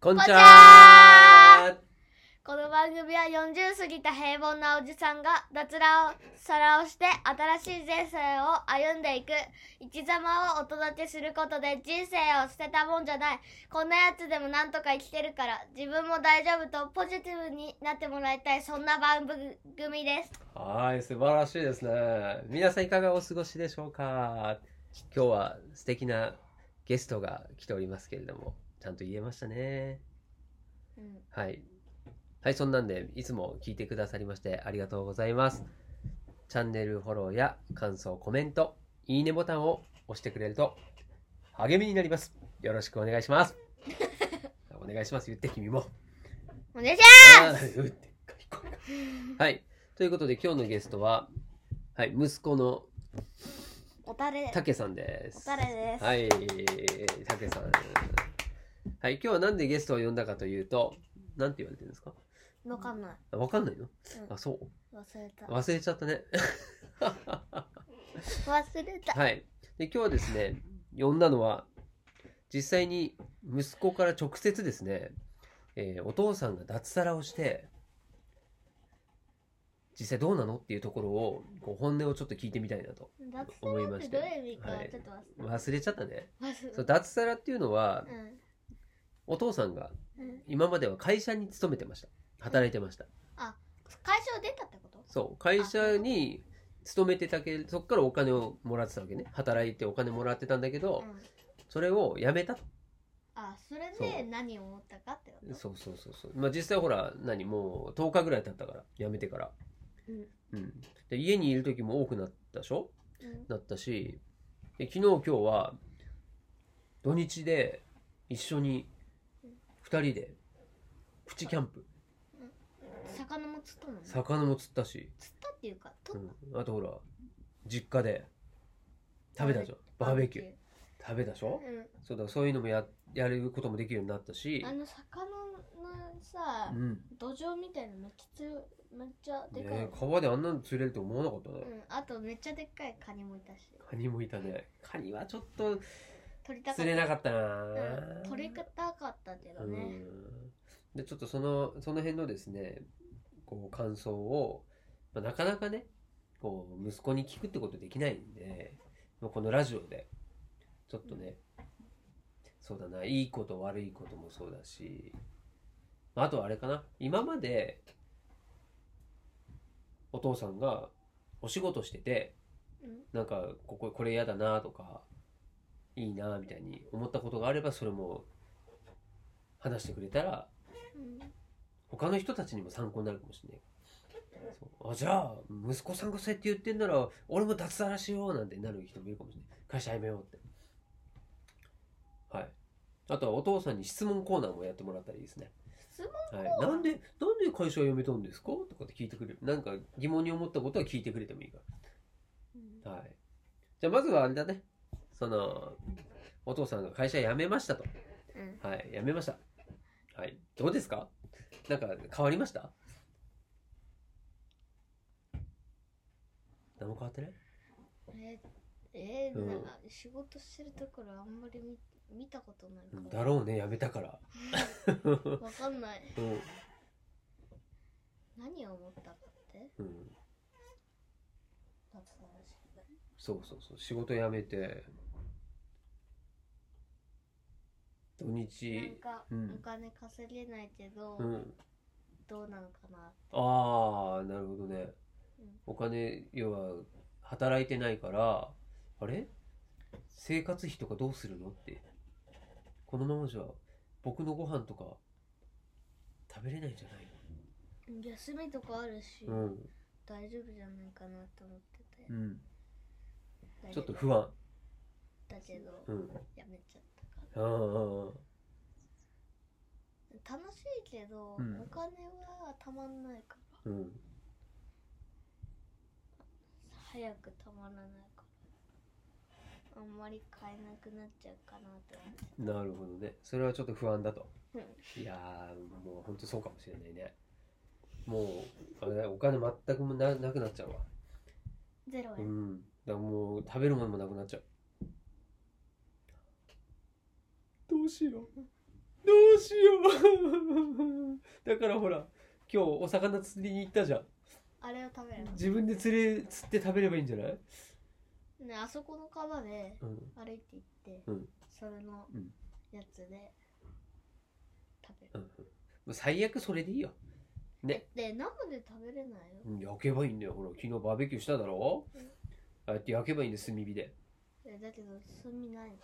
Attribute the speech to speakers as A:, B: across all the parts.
A: こんにち
B: こんにち
A: は
B: この番組は40過ぎた平凡なおじさんが脱らをさらをして新しい人生を歩んでいく生き様をお届けすることで人生を捨てたもんじゃないこんなやつでもなんとか生きてるから自分も大丈夫とポジティブになってもらいたいそんな番組です
A: はい、素晴らしいですね。皆さんいかがお過ごしでしょうか今日は素敵なゲストが来ておりますけれども、ちゃんと言えましたね。
B: うん
A: はい。はい、そんなんで、いつも聞いてくださりましてありがとうございます。チャンネルフォローや感想、コメント、いいねボタンを押してくれると励みになります。よろしくお願いし ます。お願いします。言って君も。
B: お願いし
A: あーうって はい。ということで今日のゲストは、はい、息子の
B: おたれ
A: たけさんです。
B: おたれです
A: はい、たけさん。はい、今日はなんでゲストを呼んだかというと、なんて言われてるんですか
B: わかんない
A: あわかんないの、
B: うん
A: あ、そう。
B: 忘れた
A: 忘れちゃったね。
B: 忘れた
A: はい。で、今日はですね、呼んだのは、実際に息子から直接ですね、えーお父さんが脱サラをして、実際どうなのっていうところを、こう本音をちょっと聞いてみたいなと。
B: 脱サラってどういう意味か
A: はい
B: ちょっと忘れ
A: 忘れちゃったね。
B: た忘れ
A: そ
B: た
A: う脱サラっていうのは、お父さんが
B: うんうん
A: 今までは会社に勤めてました。働いてました。
B: 会社を出たってこと
A: そう会社に勤めてたけどそっからお金をもらってたわけね働いてお金もらってたんだけど、
B: うん
A: それをやめた
B: あそれ
A: そう
B: で何を思ったかってこと
A: そうそうそうそう、まあ、実際ほら何もう10日ぐらい経ったから辞めてから、
B: うん
A: うんで家にいる時も多くなったでしょ
B: うん
A: なったしで昨日今日は土日で一緒に2人でプチキャンプ
B: 魚も釣ったのね釣っ
A: 魚も釣ったし、
B: たっていうかと
A: うん、あとほら実家で食べたじゃんバーベキュー食べたでしょそうだからそういうのもややることもできるようになった
B: う
A: し
B: ん、あの魚のさ
A: うん
B: 土壌みたいなのめっちゃ強いめっちゃでかい
A: ね、川であんなの釣れると思わなかったね、
B: うんあとめっちゃでっかいカニもいたし
A: カニもいたねカニはちょっと
B: 取りたかっ
A: 釣れ
B: た
A: なかったな、
B: うん取りたかったけど
A: うん
B: ね
A: でちょっとそのその辺のですねこう感想を、まあ、なかなかねこう息子に聞くってことできないんで、まあ、このラジオでちょっとね、そうだないいこと悪いこともそうだしまああとはあれかな今までお父さんがお仕事してて
B: うん
A: なんかこここれ嫌だなとかいいなみたいに思ったことがあればそれも話してくれたら
B: うん
A: 他の人たちにも参考になるかもしれないそうあじゃあ息子さんがそうやって言ってんなら俺も脱サラしようなんてなる人もいるかもしれない会社辞めようってはいあとはお父さんに質問コーナーもやってもらったらいいですね
B: 質問
A: はい、なんでなんで会社辞めたんですかとかって聞いてくれるなんか疑問に思ったことは聞いてくれてもいいから
B: うん
A: はい。じゃあまずはあれだね。その、お父さんが会社辞めましたと。
B: うん
A: はい、辞めました。はい。どうですかなんか変わりました何も変わってない
B: ええ
A: う
B: ー
A: ん
B: なんか仕事してるところあんまり見見たことない
A: うん
B: か
A: だ
B: ら
A: ろうね、辞めたから。 うん
B: わかんない
A: うん
B: 何を思ったかって
A: うん。
B: だったらしい
A: そうそうそう。仕事辞めて、土
B: なん
A: 日、
B: か
A: うん
B: お金稼げないけど、
A: うん。
B: どうなのかな
A: ああなるほどね
B: うん
A: お金要は働いてないからあれ生活費とかどうするのってこのままじゃ僕のご飯とか食べれないんじゃない
B: 休みとかあるし、
A: の
B: 大丈夫じゃないかなと思ってて、
A: うんうん
B: だけど
A: ちょっと不安
B: だけど、
A: うん
B: やめちゃっ
A: あ
B: たか
A: あ
B: ら楽しいけど、
A: うん
B: お金はたまんないから
A: うん
B: 早くたまらないからあんまり買えなくなっちゃうかなって思って
A: なるほどねそれはちょっと不安だと
B: うん
A: いやーもう本当そうかもしれないねもうあれだよお金全くななくなっちゃうわ
B: ゼロ
A: う
B: 円、
A: んだからもう食べるものもなくなっちゃうどうしようどうしよう だからほら今日お魚釣りに行ったじゃん
B: あれを食べるの
A: 自分で釣れ釣って食べればいいんじゃない、
B: ねあそこの川で
A: うん、
B: 歩いて行って、
A: うん
B: それの
A: うん
B: やつで食べる、
A: うんうんもう最悪それでいいよね
B: で生で食べれないよ
A: うん焼けばいいんだよほら昨日バーベキューしただろ
B: うん
A: ああやって焼けばいいんだよ炭火で
B: えだけど炭ないの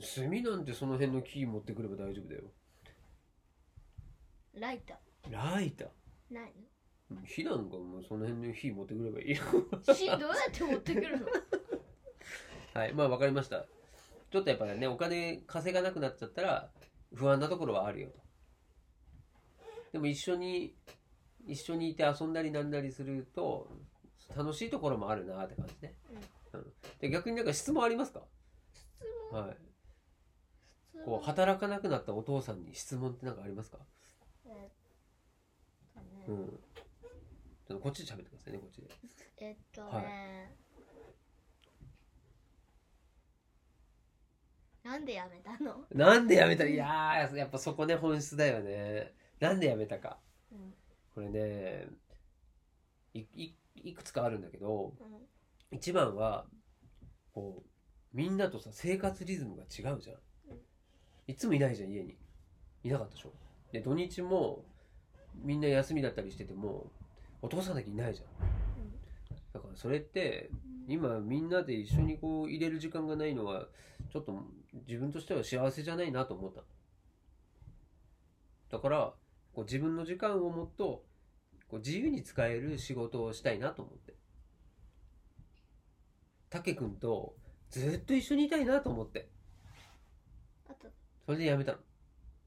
A: 炭なんてその辺の木持ってくれば大丈夫だよ
B: ライタ
A: ライター
B: ーない
A: うん火なんかもうその辺の火持ってくればいいよ
B: の火どうやって持ってくるの
A: はいまあわかりましたちょっとやっぱねお金稼がなくなっちゃったら不安なところはあるよとでも一緒に一緒にいて遊んだりなんだりすると楽しいところもあるなって感じね、うんで逆になんか質問ありますか、
B: 質問
A: はい、
B: 質問
A: こう働かなくなったお父さんに質問ってなんかありますか、
B: えっとね、
A: うん、ちょっとこっちで喋ってくださいねこっちで
B: えっとね、
A: は
B: なんでやめたの、
A: なんでやめたいやーやっぱそこね本質だよねなんでやめたか
B: うん
A: これねいいいくつかあるんだけど
B: うん
A: 一番はこうみんなとさ生活リズムが違うじゃん
B: うん
A: いつもいないじゃん家にいなかったでしょで土日もみんな休みだったりしててもお父さんだけいないじゃんだからそれって
B: うん
A: 今みんなで一緒にこう入れる時間がないのはちょっと自分としては幸せじゃないなと思っただからこう自分の時間をもっとこう自由に使える仕事をしたいなと思ってたけくんとずっと一緒にいたいなと思って
B: あと
A: それでやめたの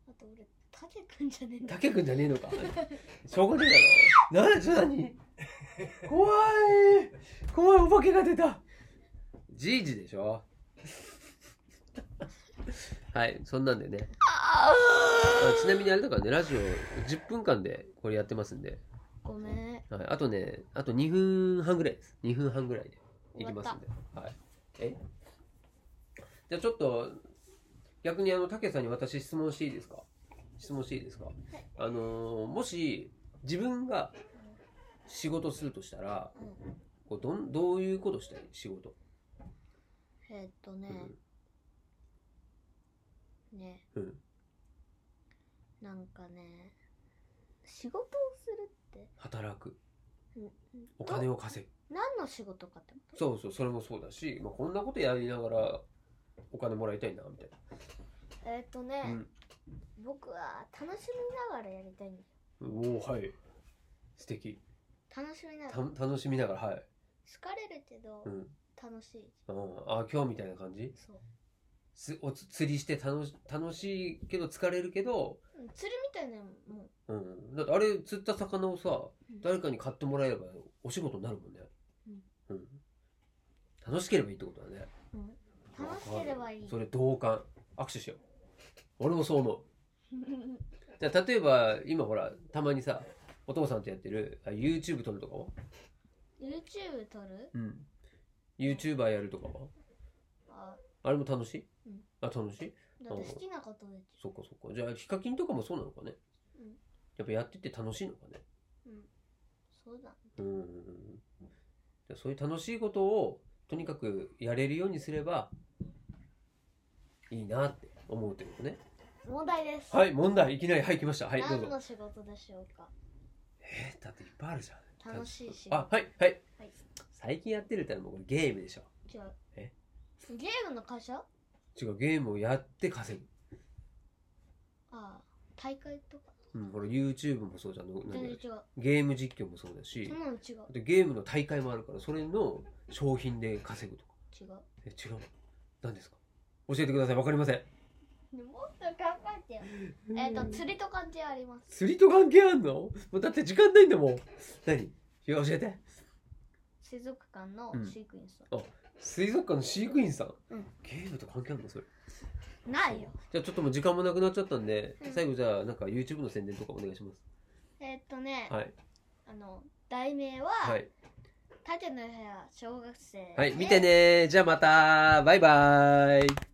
B: あと俺タケくんじゃねえんだ
A: たけくんじゃねえのかしょうがねえだろなちょ何怖い怖いお化けが出たじいじでしょはいそんなんでね
B: あ
A: あちなみにあれだからねラジオ10分間でこれやってますんで、
B: ーごめん
A: はい、あとねあと2分半ぐらいです2分半ぐらいでいき
B: 終
A: ま
B: わっ
A: す
B: た
A: んではいえじゃあちょっと逆にあのたけさんに私質問していいですか質問していいですか、あのーもし自分が仕事するとしたら
B: うん
A: こうどんどういうことしたい仕事、
B: えっとね、ね
A: うんうん
B: なんかね仕事をするって
A: 働く
B: うん
A: お金を稼
B: 何の仕事かってこ
A: ぐそうそうそれもそうだし、まあ、こんなことやりながらお金もらいたいなみたい
B: とえっとね、
A: な、うん、
B: 僕は楽しみながらやりたいんだよ
A: おおはい素敵
B: 楽しみなが
A: た
B: ら
A: 楽しみながらはい、
B: 疲れるけど、
A: うん、
B: 楽しい
A: あーあー今日みたいな感じ
B: そう
A: すおつ釣りして楽し楽しいけど疲れるけど、
B: うん釣りみたいなのも
A: うん、だってあれ釣った魚をさ
B: うん
A: 誰かに買ってもらえればお仕事になるもんね、うん楽しければいいってことだね
B: うん楽しければいい
A: それ同感握手しよう俺もそう思うじゃあ例えば今ほらたまにさお父さんとやってるあ YouTube 撮るとかは、
B: YouTube 撮る
A: うん、YouTuber やるとかは
B: あ
A: あれも楽しい、
B: うん
A: あ楽しい
B: だって好きなことでき
A: そっかそっかじゃあヒカキンとかもそうなのかね、
B: うん
A: やっぱやってて楽しいのかね
B: るうんそうだ
A: うんじゃあそういう楽しいことをとにかくやれるようにすればいいなって思うってことね
B: 問題です
A: はい問題いきなりはい来ましたはいどう
B: 何
A: ぞ
B: の仕事でしょうか
A: えー、だっていっぱいあるじゃん
B: 楽しいし
A: あはいはい、
B: はい
A: 最近やってるってのはもうこれゲームでしょ
B: 違う
A: え
B: ゲームの会社
A: 違うゲームをやって稼
B: ああ大会とか
A: ぐうんほら YouTube もそうじゃんなんか
B: 全然違う
A: ゲーム実況もそうだし
B: そんなの違う
A: でゲームの大会もあるからそれの商品で稼ぐとか
B: 違う
A: え違う何ですか教えてくださいわかりません
B: でもっと考えてよえっと釣りと関係あります
A: 釣りと関係あんのもうだって時間ないんだもん何教えて
B: 水族館の飼育員さん、
A: 水族館の飼育員さん、
B: うん
A: ゲームと関係あるのそれ
B: ないよ
A: じゃあちょっともう時間もなくなっちゃったんで、
B: うん
A: 最後じゃあなんか YouTube の宣伝とかお願いします
B: えっとね、
A: はい
B: あの題名は、
A: はい、
B: 縦の部屋小学生
A: はい、見てねじゃあまたバイバーイ